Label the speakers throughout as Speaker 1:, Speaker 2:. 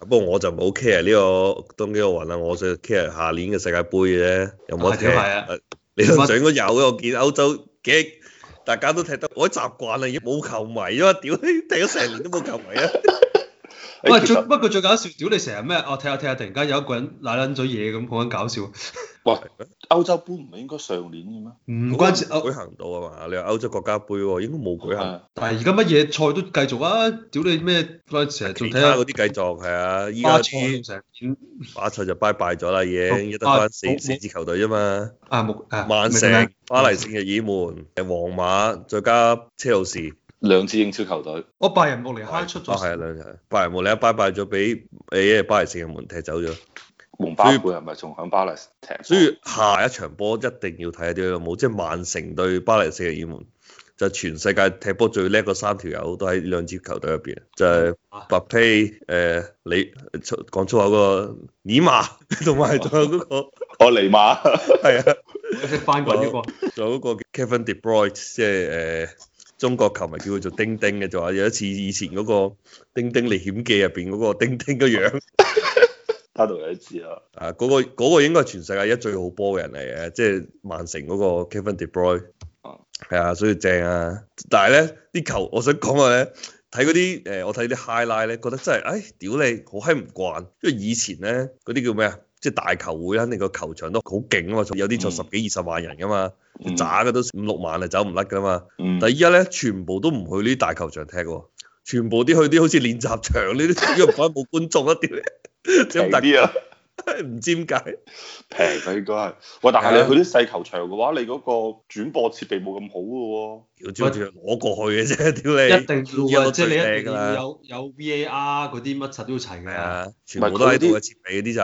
Speaker 1: 不過我就冇 care 呢個東京奧運啦，我想 care 下年嘅世界盃嘅啫，有冇得踢？
Speaker 2: 係啊
Speaker 1: 誒理論上應該有嘅，我見歐洲幾大家都踢得，我已經習慣啦，已經冇球迷啊嘛，屌 踢咗成年都冇球迷啊！
Speaker 2: 喂，
Speaker 3: 誒其
Speaker 2: 最
Speaker 3: 實
Speaker 2: 不過最搞笑，屌你成日咩？我睇下睇下，突然間有一個人賴撚咗嘢咁，好撚搞笑。
Speaker 3: 喂，歐洲杯唔係應該上年嘅咩？
Speaker 2: 唔關事，
Speaker 1: 舉
Speaker 2: 哦
Speaker 1: 行到啊嘛，你話歐洲國家杯喎，應該冇舉行。
Speaker 3: 啊
Speaker 2: 但係而家乜嘢賽都繼續啊！屌你咩？我成日仲
Speaker 1: 其他
Speaker 2: 睇下
Speaker 1: 嗰啲繼續係啊，依家
Speaker 2: 巴塞哦
Speaker 1: 啲
Speaker 2: 成片
Speaker 1: 巴塞就拜拜咗啦，已經一得翻四
Speaker 2: 冇冇
Speaker 1: 四支球隊啫嘛。
Speaker 2: 啊木啊
Speaker 1: 曼
Speaker 2: 明白
Speaker 1: 城、巴黎聖日耳門、誒皇馬，再加車路士，
Speaker 3: 兩支英超球隊，
Speaker 2: 我拜仁慕尼
Speaker 1: 啊
Speaker 2: 黑出咗
Speaker 1: 係啊兩場。拜仁慕尼黑拜拜咗俾誒巴黎聖日耳門踢走咗，
Speaker 3: 蒙巴貝係咪仲響巴黎踢？
Speaker 1: 所以下一場波一定要睇下啲有冇，即係曼城對巴黎聖日耳門。就全世界踢波最叻嗰三條友都喺呢兩支球隊入邊，就係
Speaker 2: 啊
Speaker 1: 白皮誒你粗講粗口嗰個尼馬， 同
Speaker 2: 哦
Speaker 1: 埋仲有嗰個
Speaker 3: 我哦尼馬，
Speaker 1: 係啊。
Speaker 2: 識翻滾呢 個。
Speaker 1: 仲有嗰個 Kevin De Bruyne，即係誒中國球迷叫佢做丁丁嘅，就話有一次以前嗰個《丁丁歷險記》入邊嗰個丁丁嘅樣，
Speaker 3: 他度有一支啊。
Speaker 1: 啊嗰、個嗰、個應該係全世界而家最好波嘅人嚟嘅，即係曼城嗰個 Kevin De Bruyne，
Speaker 3: 哦
Speaker 1: 係啊，所以正啊，但係咧啲球，我想講嘅咧。睇嗰啲誒，我睇啲 highlight 咧，覺得真係，唉，屌你，好閪唔慣，因為以前咧嗰啲叫咩啊，即係大球會肯定個球場都好勁啊嘛，有啲就十幾二十萬人噶嘛，
Speaker 3: 嗯
Speaker 1: 渣嘅都五六萬啊，走唔甩噶嘛。
Speaker 3: 嗯
Speaker 1: 但係依家咧，全部都唔去呢啲大球場踢喎，全部啲去啲好似練習場呢啲， 因為唔關冇觀眾一啊啲，
Speaker 3: 平
Speaker 1: 咁大
Speaker 3: 啲啊，
Speaker 1: 家唔知點解。
Speaker 3: 平啊應該係。喂，但係你去啲細球場嘅話，你嗰個轉播設備冇咁好嘅喎。
Speaker 1: 屌，主要攞過去嘅啫， 屌
Speaker 2: 一
Speaker 1: 你！
Speaker 2: 定要
Speaker 1: 有
Speaker 2: 啊！即係你
Speaker 1: 對
Speaker 2: 一
Speaker 1: 比
Speaker 2: 定
Speaker 1: 㗎啦
Speaker 2: 要有有 VAR 嗰啲乜柒都要齊
Speaker 1: 係
Speaker 2: 㗎。
Speaker 1: 啊，全部都喺度嘅設備嗰啲就，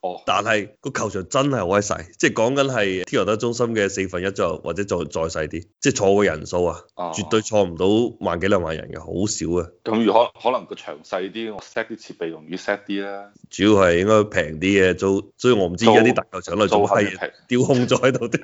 Speaker 3: 哦，
Speaker 1: 但係個球場真係好閪細，即係講緊係天河德中心嘅四分一左右，或者再再細啲，即係坐嘅人數啊，
Speaker 3: 啊
Speaker 1: 絕對坐唔到萬幾兩萬人嘅，好少啊。
Speaker 3: 咁如可可能個場細啲，我 set 啲設備容易 set 啲啦。
Speaker 1: 主要係應該平啲嘅租，所以我唔知而家啲大球場嚟做
Speaker 3: 租
Speaker 1: 乜
Speaker 3: 係
Speaker 1: 嘢。
Speaker 3: 平，
Speaker 1: 丟空咗喺度啲。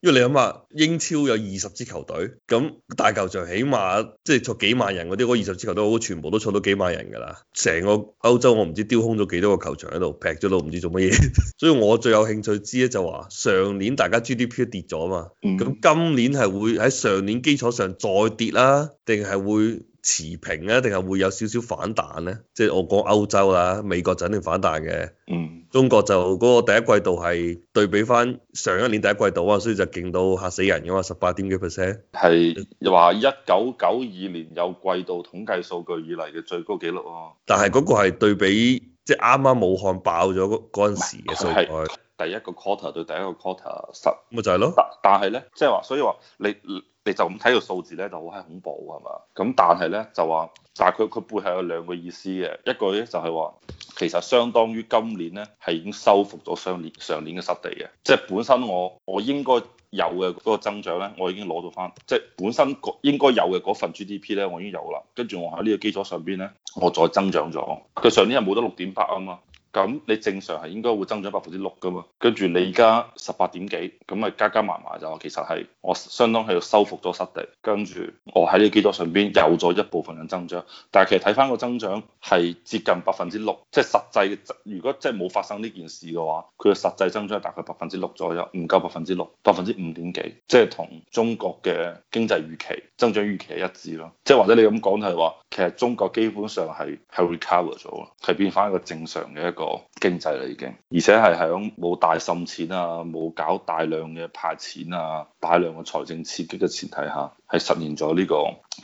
Speaker 1: 因為你諗下，英超有二十支球隊，咁大球場起碼即係坐幾萬人嗰啲，嗰二十支球隊，我全部都坐到幾萬人㗎啦。成個歐洲我唔知丟空咗幾多個球場喺度，劈咗到唔知做乜嘢。 所以我最有興趣知咧就話，上年大家 GDP 都跌咗嘛，
Speaker 3: 嗯
Speaker 1: 咁今年係會喺上年基礎上再跌啦，定係會持平啊，定係會有少少反彈呢？即係我講歐洲啦，美國就肯定反彈嘅。
Speaker 3: 嗯，
Speaker 1: 中國就嗰個第一季度係對比翻上一年第一季度啊，所以就勁到嚇死人噶嘛，十八點幾 percent。
Speaker 3: 係又話一九九二年有季度統計數據以嚟嘅最高紀錄喎。
Speaker 1: 但係嗰個係對比即係啱啱武漢爆咗嗰嗰陣時嘅數據，
Speaker 3: 係第一個 quarter 對第一個 quarter 十，
Speaker 1: 咁咪就係咯。
Speaker 3: 但但係咧，即係話，所以話你你就咁睇個數字咧，就好閪恐怖係嘛？咁但係咧就話，但係佢佢背後有兩個意思嘅，一個咧就係話。其實相當於今年咧係已經收復咗上年上年嘅失地嘅，即係本身我我應該有嘅嗰個增長咧，我已經攞到翻，即係本身個應該有嘅嗰份 GDP 咧，我已經有啦。跟住我喺呢個基礎上邊咧，我再增長咗。佢上年係冇得六點八啊嘛，咁你正常係應該會增長百分之六噶嘛。跟住你而家十八點幾，咁咪加加埋埋就話其實係我相當係收復咗失地，跟住我喺呢個基礎上邊有咗一部分嘅增長。但係其實睇翻個增長係接近百分之六，即係實際嘅增。如果即係冇發生呢件事嘅話，佢嘅實際增長大概百分之六左右，唔夠百分之六，百分之五點幾，即係同中國嘅經濟預期增長預期係一致咯。即係或者你咁講就係話，其實中國基本上係係 recover 咗啦，係變翻一個正常嘅一個經濟啦已經，而且係響冇大滲錢啊，冇搞大量嘅派錢啊，大量嘅財政刺激嘅前提下，係實現咗呢個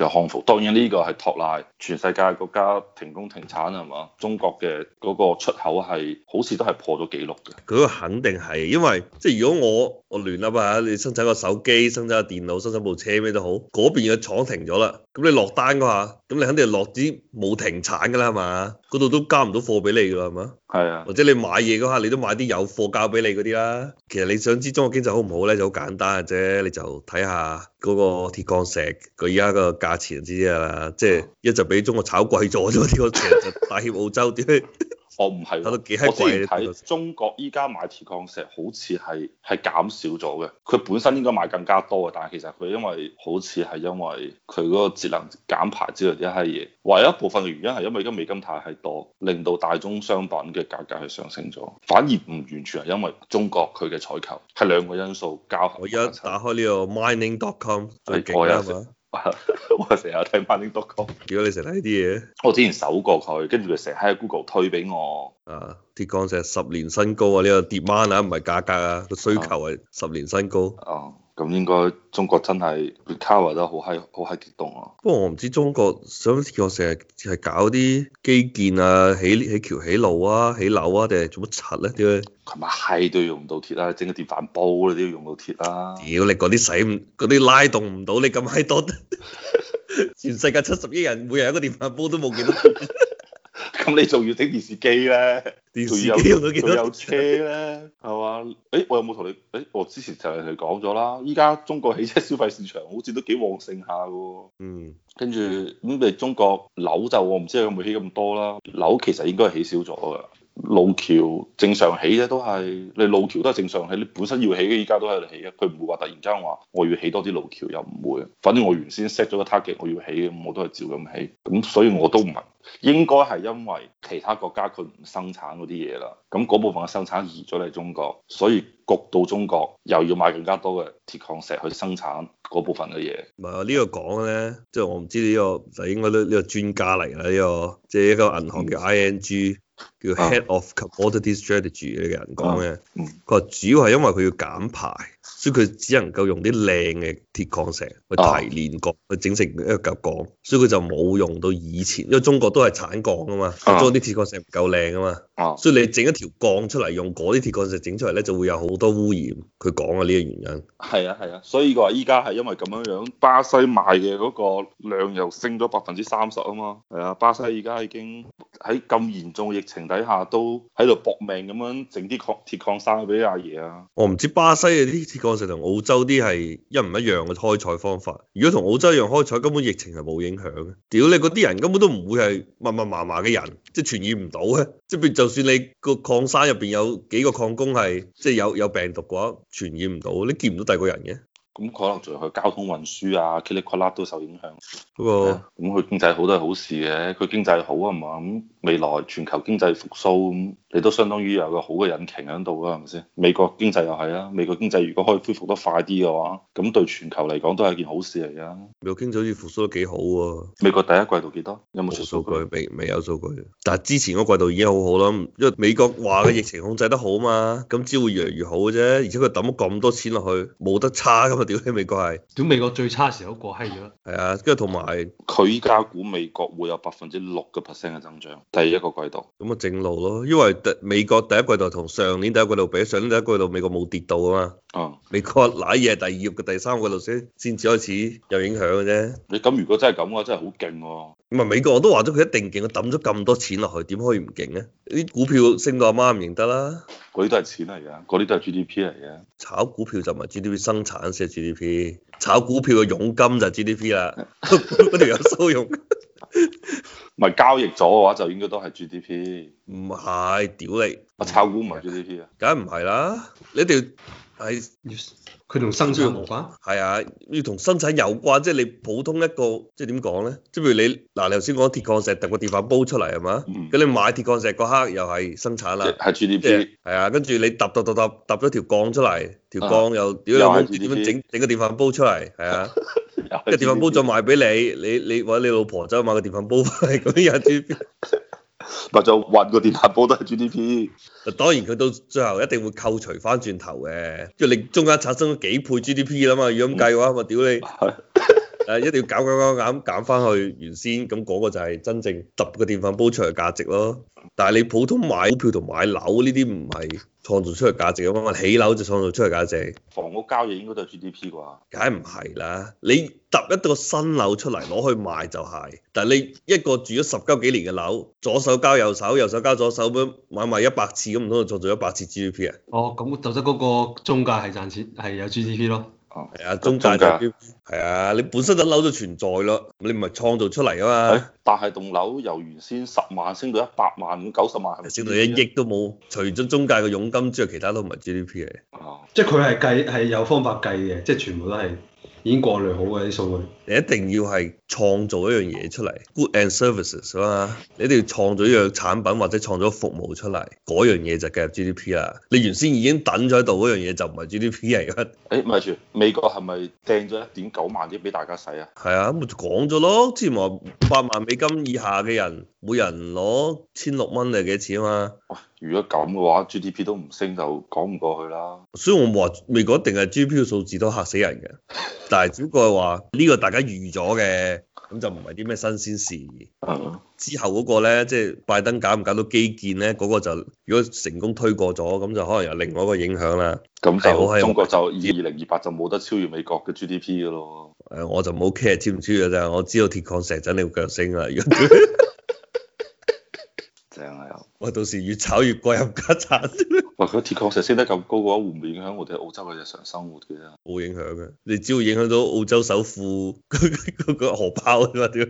Speaker 3: 嘅康復。當然呢個係托賴全世界國家停工停產係嘛，中國嘅嗰個出口係好似都係破咗紀錄嘅。
Speaker 1: 佢嗰個肯定係，因為即係如果我我亂噏啊，你生產個手機、生產個電腦、生產部車咩都好，嗰邊嘅廠停咗啦，咁你落單嘅話，咁你肯定係落啲冇停產㗎啦，係嘛？嗰度都交唔到貨俾你㗎啦，係嘛？
Speaker 3: 係啊，
Speaker 1: 或者你買嘢嗰下，你都買啲有貨交俾你嗰啲啦。其實你想知中國經濟好唔好咧，就好簡單嘅啫。你就睇下嗰個鐵礦石佢而家個價啊哦錢就知㗎啦。即係一就俾中國炒貴咗咗，呢個成日就大協澳洲啲。
Speaker 3: 我唔係
Speaker 1: 睇到
Speaker 3: 喎。
Speaker 1: 幾閪
Speaker 3: 我之前
Speaker 1: 貴呢
Speaker 3: 睇中國依家買鐵礦石好似係係減少咗嘅，佢本身應該買更加多嘅，但係其實佢因為好似係因為佢嗰個節能減排之類啲閪嘢，唯一部分嘅原因係因為而家美金太係多，令到大宗商品嘅價格係上升咗，反而唔完全係因為中國佢嘅採購係兩個因素交合
Speaker 1: 我
Speaker 3: 埋
Speaker 1: 而
Speaker 3: 一
Speaker 1: 家哎
Speaker 3: 齊。
Speaker 1: 打開呢個 mining.com 最勁啦係嘛，
Speaker 3: 我成日睇 m a r t i
Speaker 1: 屌你成日睇呢啲嘢
Speaker 3: 我之前搜過佢，跟住佢成日喺 Google 推俾我，
Speaker 1: 啊！鐵礦石十年新高啊！呢、個 demand 啊，唔係價格啊，個需求係十年新高。
Speaker 3: 啊，咁應該中國真係 recover 得好閪好閪激動啊！
Speaker 1: 不過我唔知中國想鐵礦石係係搞啲基建啊、起起橋、起路啊、起樓啊，定係做乜柒咧？屌你！
Speaker 3: 佢咪閪都要用到鐵啦，整個電飯煲你都要用到鐵啦。
Speaker 1: 屌你嗰啲使唔嗰啲拉動唔到你咁閪多， 全世界七十億人每人一個電飯煲都冇 幾多，
Speaker 3: 咁你仲要整電視機咧，
Speaker 1: 電視
Speaker 3: 仲要
Speaker 1: 機用到幾
Speaker 3: 仲有
Speaker 1: 多？
Speaker 3: 車咧，係嘛？誒，我有冇同你？誒，我之前就係同你講咗啦。依家中國汽車消費市場好似都幾旺盛下嘅喎。
Speaker 1: 嗯，
Speaker 3: 跟住咁你中國樓就我唔知有冇起咁多啦，樓其實應該係起少咗㗎。路橋正常起啫，都係你路橋都係正常起，你本身要起嘅依家都喺度起嘅，佢唔會話突然間話我要起多啲路橋又唔會，反正我原先 set 咗個 target 我要起嘅，咁我都係照咁起，咁所以我都唔係應該係因為其他國家佢唔生產嗰啲嘢啦，咁嗰部分嘅生產移咗嚟中國，所以焗到中國又要買更加多嘅鐵礦石去生產嗰部分嘅嘢。
Speaker 1: 唔係呢個講咧，即係我唔知呢、個就應該都呢個專家嚟啦，呢、個即係一個銀行叫 ING。叫
Speaker 3: 嗯啊
Speaker 1: Head of Commodity Strategy 呢個人講嘅
Speaker 3: 嗯，
Speaker 1: 佢話主要係因為佢要減排，所以佢只能夠用啲靚嘅鐵礦石去提
Speaker 3: 啊
Speaker 1: 煉鋼，去整成一嚿鋼，所以佢就冇用到以前，因為中國都係產鋼啊嘛，
Speaker 3: 啊
Speaker 1: 中國啲鐵礦石唔夠靚啊嘛。
Speaker 3: 啊，
Speaker 1: 所以你整一條鋼出嚟，用嗰啲鐵礦石整出嚟咧，就會有好多污染。佢講嘅呢個原因，
Speaker 3: 係啊係啊，所以話依家係因為咁樣樣，巴西賣嘅嗰個量又升咗百分之三十啊嘛，係啊，巴西而家已經喺咁嚴重嘅疫情底下，都喺度搏命咁樣整啲礦鐵礦砂俾阿爺啊，
Speaker 1: 我唔知巴西嘅啲鐵礦石同澳洲啲係一唔一樣嘅開採方法。如果同澳洲一樣開採，根本疫情係冇影響嘅。屌你嗰啲人根本都唔會係密密麻麻嘅人，即係傳染唔到嘅。即係譬如就算你個礦山入邊有幾個礦工係即係有有病毒嘅話，傳染唔到，你見唔到第二個人嘅。
Speaker 3: 咁可能仲有佢交通運輸啊、噼里呱啦都受影響。
Speaker 1: 不過
Speaker 3: 咁佢經濟好都係好事嘅，佢經濟好啊嘛，咁未來全球經濟復甦，咁你都相當於有個好嘅引擎喺度啊啦，係咪先？美國經濟又係啊，美國經濟如果可以恢復得快啲嘅話，咁對全球嚟講都係一件好事嚟㗎。
Speaker 1: 美國經濟好似復甦得幾好喎、
Speaker 3: 美國第一季度幾多？有冇
Speaker 1: 冇數
Speaker 3: 出數據？
Speaker 1: 據，未未有數據。但係之前嗰季度已經好好啦，因為美國話嘅疫情控制得好嘛，咁只會越嚟越好嘅啫。而且佢抌咗咁多錢落去，冇得差噶嘛，屌你美國係。
Speaker 2: 屌美國最差時候過閪咗，
Speaker 1: 係啊，跟住同埋
Speaker 3: 佢依家估美國會有百分之六嘅 percent 嘅增長，第一個季度。
Speaker 1: 咁啊正路咯，因為第美國第一季度同上年第一季度比，上年第一季度美國冇跌到啊嘛，
Speaker 3: 嗯，
Speaker 1: 美國乃嘢係第二嘅第三個季度先先至開始有影響嘅啫。
Speaker 3: 你咁如果真係咁嘅話，真係好勁喎。
Speaker 1: 唔係美國我都話咗佢一定勁，佢抌咗咁多錢落去，點可以唔勁呢？啲股票升到阿媽唔認得啦，
Speaker 3: 嗰啲都係錢嚟㗎，嗰啲都係 GDP 嚟嘅。
Speaker 1: 炒股票就唔係 GDP，生產先係 GDP。炒股票嘅佣金就係 GDP 啦，嗰條有收佣。
Speaker 3: 唔係交易咗嘅話，就應該都係 GDP。
Speaker 1: 唔係，屌你，
Speaker 3: 我炒股唔係 GDP 啊。
Speaker 1: 梗唔係啦，你一定要係
Speaker 2: 要佢同生產無關。
Speaker 1: 係啊，要同生產有關，即係你普通一個即係點講咧？即係譬如你嗱，你頭先講鐵礦石揼個電飯煲出嚟係嘛？
Speaker 3: 嗯
Speaker 1: 咁你買鐵礦石嗰刻又係生產啦。
Speaker 3: 係
Speaker 1: 即係
Speaker 3: GDP，
Speaker 1: 係啊，跟住你揼揼揼揼揼咗條鋼出嚟，條
Speaker 3: 啊
Speaker 1: 鋼又屌你
Speaker 3: 又
Speaker 1: 老母
Speaker 3: 係
Speaker 1: 點樣
Speaker 3: GDP
Speaker 1: 整整個電飯煲出嚟，係啊。
Speaker 3: 又係
Speaker 1: 個電飯煲
Speaker 3: GDP
Speaker 1: 再賣俾你，你你或者你老婆走去買個電飯煲 翻嚟，咁又係 GDP
Speaker 3: 咪就運個電飯煲都係 GDP。
Speaker 1: 當然佢到最後一定會扣除翻轉頭嘅，因為你中間產生咗幾倍 GDP 啦嘛，如果咁計嘅話，咪屌你！誒一定要減減減減減翻去原先，咁嗰個就係真正揼個電飯煲出嚟嘅價值咯。但係你普通買股票同買樓呢啲唔係創造出嚟價值啊嘛，起樓就創造出嚟價值。
Speaker 3: 房屋交易應該都係 GDP 啩？啊
Speaker 1: 梗係唔係啦！你揼一個新樓出嚟攞去賣就係、但係你一個住咗十鳩幾年嘅樓，左手交右手，右手交左手咁樣買賣一百次，咁唔通就創造一百次 GDP 啊？
Speaker 2: 哦，咁就得嗰個中介係賺錢，係有 GDP 咯。
Speaker 3: 啊
Speaker 1: 係啊，中介就係啊，你本身就樓就存在咯，你唔係創造出嚟啊
Speaker 3: 誒
Speaker 1: 嘛，
Speaker 3: 但係棟樓由原先十萬升到一百萬咁，九十萬係咪
Speaker 1: 升到一億都冇，除咗中介嘅佣金之外，其他都唔係 GDP 嚟。
Speaker 3: 啊？
Speaker 2: 即係佢係計係有方法計嘅，即係全部都係已經過濾好嘅啲數據。
Speaker 1: 你一定要係創造一樣嘢出嚟，good and services 啊嘛，你一定要創造一樣產品或者創造服務出嚟，嗰樣嘢就計入 GDP 啦。你原先已經等咗喺度嗰樣嘢就唔係 GDP 嚟嘅，
Speaker 3: 誒，咪住，美國係咪掟咗一點九萬億俾大家使啊？
Speaker 1: 係啊，咁咪就講咗咯。之前話八萬美金以下嘅人，每人攞千六蚊定係幾錢啊嘛。
Speaker 3: 喂，如果咁嘅話，GDP 都唔升就講唔過去啦。
Speaker 1: 所以我冇話美國一定係 GDP 嘅數字都嚇死人嘅，但係只不過係話呢個大家預咗嘅，咁就唔係啲咩新鮮事。
Speaker 3: 嗯
Speaker 1: 之後嗰個咧，即係拜登搞唔搞到基建咧，嗰、個就如果成功推過咗，咁就可能有另外一個影響啦。
Speaker 3: 咁
Speaker 1: 係好
Speaker 3: 就
Speaker 1: 係
Speaker 3: 中國就二零二八就冇得超越美國嘅 GDP 嘅咯。
Speaker 1: 誒，我就冇 care 知唔知嘅啫，我知道鐵礦石仔你會腳升啦。如 果
Speaker 3: 正啊又，
Speaker 1: 我到時越炒越貴入家產，
Speaker 3: 喂，佢鐵礦石升得咁高嘅話，會唔會影響我哋澳洲嘅日常生活嘅啫？
Speaker 1: 冇影響嘅。你只會影響到澳洲首富 嗰個荷包啫嘛。屌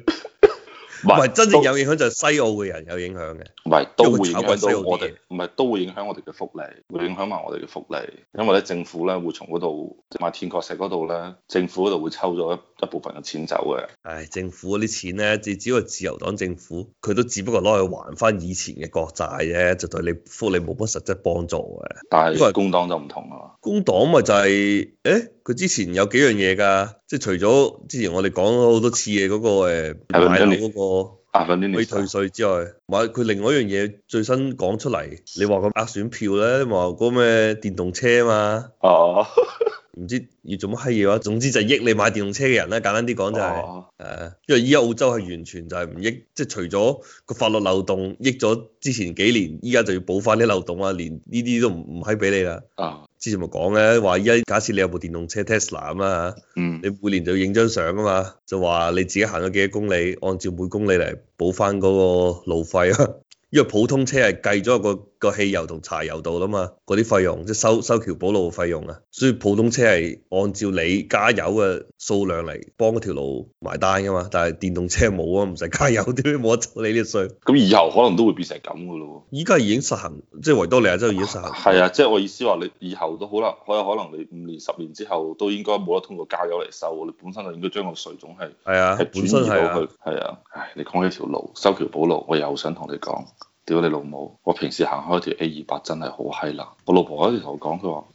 Speaker 1: 唔
Speaker 3: 唔
Speaker 1: 係真正
Speaker 3: 都
Speaker 1: 有影響就係西澳嘅人有影響嘅。
Speaker 3: 唔係都會影響到
Speaker 1: 因為佢炒貴西澳
Speaker 3: 我
Speaker 1: 啲
Speaker 3: 哋
Speaker 1: 嘢，
Speaker 3: 唔係都會影響我哋嘅福利，會影響埋我哋嘅福利，因為咧政府咧會從嗰度買鐵礦石嗰度咧，政府嗰度會抽咗一一部分嘅錢走嘅。
Speaker 1: 唉，政府嗰啲錢咧，只只要係自由黨政府，佢都只不過攞去還翻以前嘅國債啫，就對你福利冇乜實質幫助嘅。
Speaker 3: 但
Speaker 1: 因為
Speaker 3: 係工黨就唔同啊啦，
Speaker 1: 工黨咪就係、誒佢之前有幾樣嘢㗎，即係除咗之前我哋講咗好多次嘅嗰、個誒
Speaker 3: 係咪
Speaker 1: 買樓
Speaker 3: 你
Speaker 1: 嗰、個
Speaker 3: 啊，反正你
Speaker 1: 可以退稅之外，買佢另外一樣嘢最新講出嚟，你話佢呃選票咧，你話嗰咩電動車嘛，
Speaker 3: 哦，
Speaker 1: 唔知要做乜閪嘢話，總之就係益你買電動車嘅人啦，簡單啲講就係、
Speaker 3: 哦
Speaker 1: 誒，因為依家澳洲係完全就係唔益，即係除咗個法律漏洞益咗之前幾年，依家就要補翻啲漏洞啊，連呢啲都唔唔閪俾你啦。
Speaker 3: 啊，
Speaker 1: 之前咪講嘅話，依家假設你有部電動車 Tesla 咁啊，
Speaker 3: 嗯，
Speaker 1: 你每年就要影張相啊嘛，就話你自己行咗幾多公里，按照每公里嚟補翻嗰個路費啊。 因為普通車係計咗個個汽油同柴油度啦嘛，嗰啲費用即係修修橋補路嘅費用啊，所以普通車係按照你加油嘅數量嚟幫嗰條路埋單噶嘛，但係電動車冇啊，唔使加油，點解冇得抽你呢個稅？
Speaker 3: 咁以後可能都會變成咁噶咯
Speaker 1: 依家已經實行，即係維多利亞州已經實
Speaker 3: 喎。
Speaker 1: 行。
Speaker 3: 係啊，即係我意思話，你以後都好啦，可有可能你五年、十年之後都應該冇得通過加油嚟收，你本身就應該將個稅種係
Speaker 1: 係啊，
Speaker 3: 係轉
Speaker 1: 本
Speaker 3: 移
Speaker 1: 身
Speaker 3: 到
Speaker 1: 係啊。
Speaker 3: 去，係啊，唉，你講起條路修橋補路，我又想同你講，屌你老母！我平時行開條 A 二八真係好閪難，我老婆一直同我講，佢話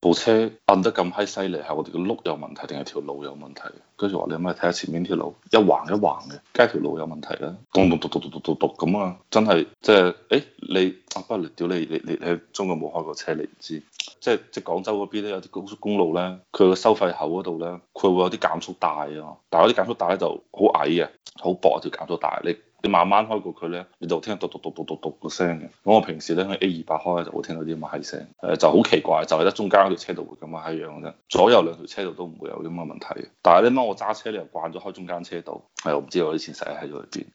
Speaker 3: 部車摁得咁閪犀利，係我哋個轆有問題定係條路有問題？跟住話你可唔可以睇下前面條路一橫一橫嘅，梗係條路有問題啦，咚咚咚咚咚咚咚咁啊！真係即係，誒、你啊不過你屌你你你你喺中國冇開過車，你唔知。即係即係廣州嗰邊咧，有啲高速公路咧，佢個收費口嗰度咧，佢會有啲減速帶啊，但係嗰啲減速帶咧就好矮嘅，好薄一條減速帶，你你慢慢開過佢咧，你就聽到嘟嘟嘟嘟嘟嘟個聲嘅。咁我平時咧喺 A 二八開咧就會聽到啲咁嘅閪聲，誒就好奇怪，就係得中間嗰條車道會咁嘅閪樣嘅啫，左右兩條車道都唔會有咁嘅問題嘅。但係咧，媽我揸車你又慣咗開中間車道，係我唔知我啲錢使喺咗裏邊。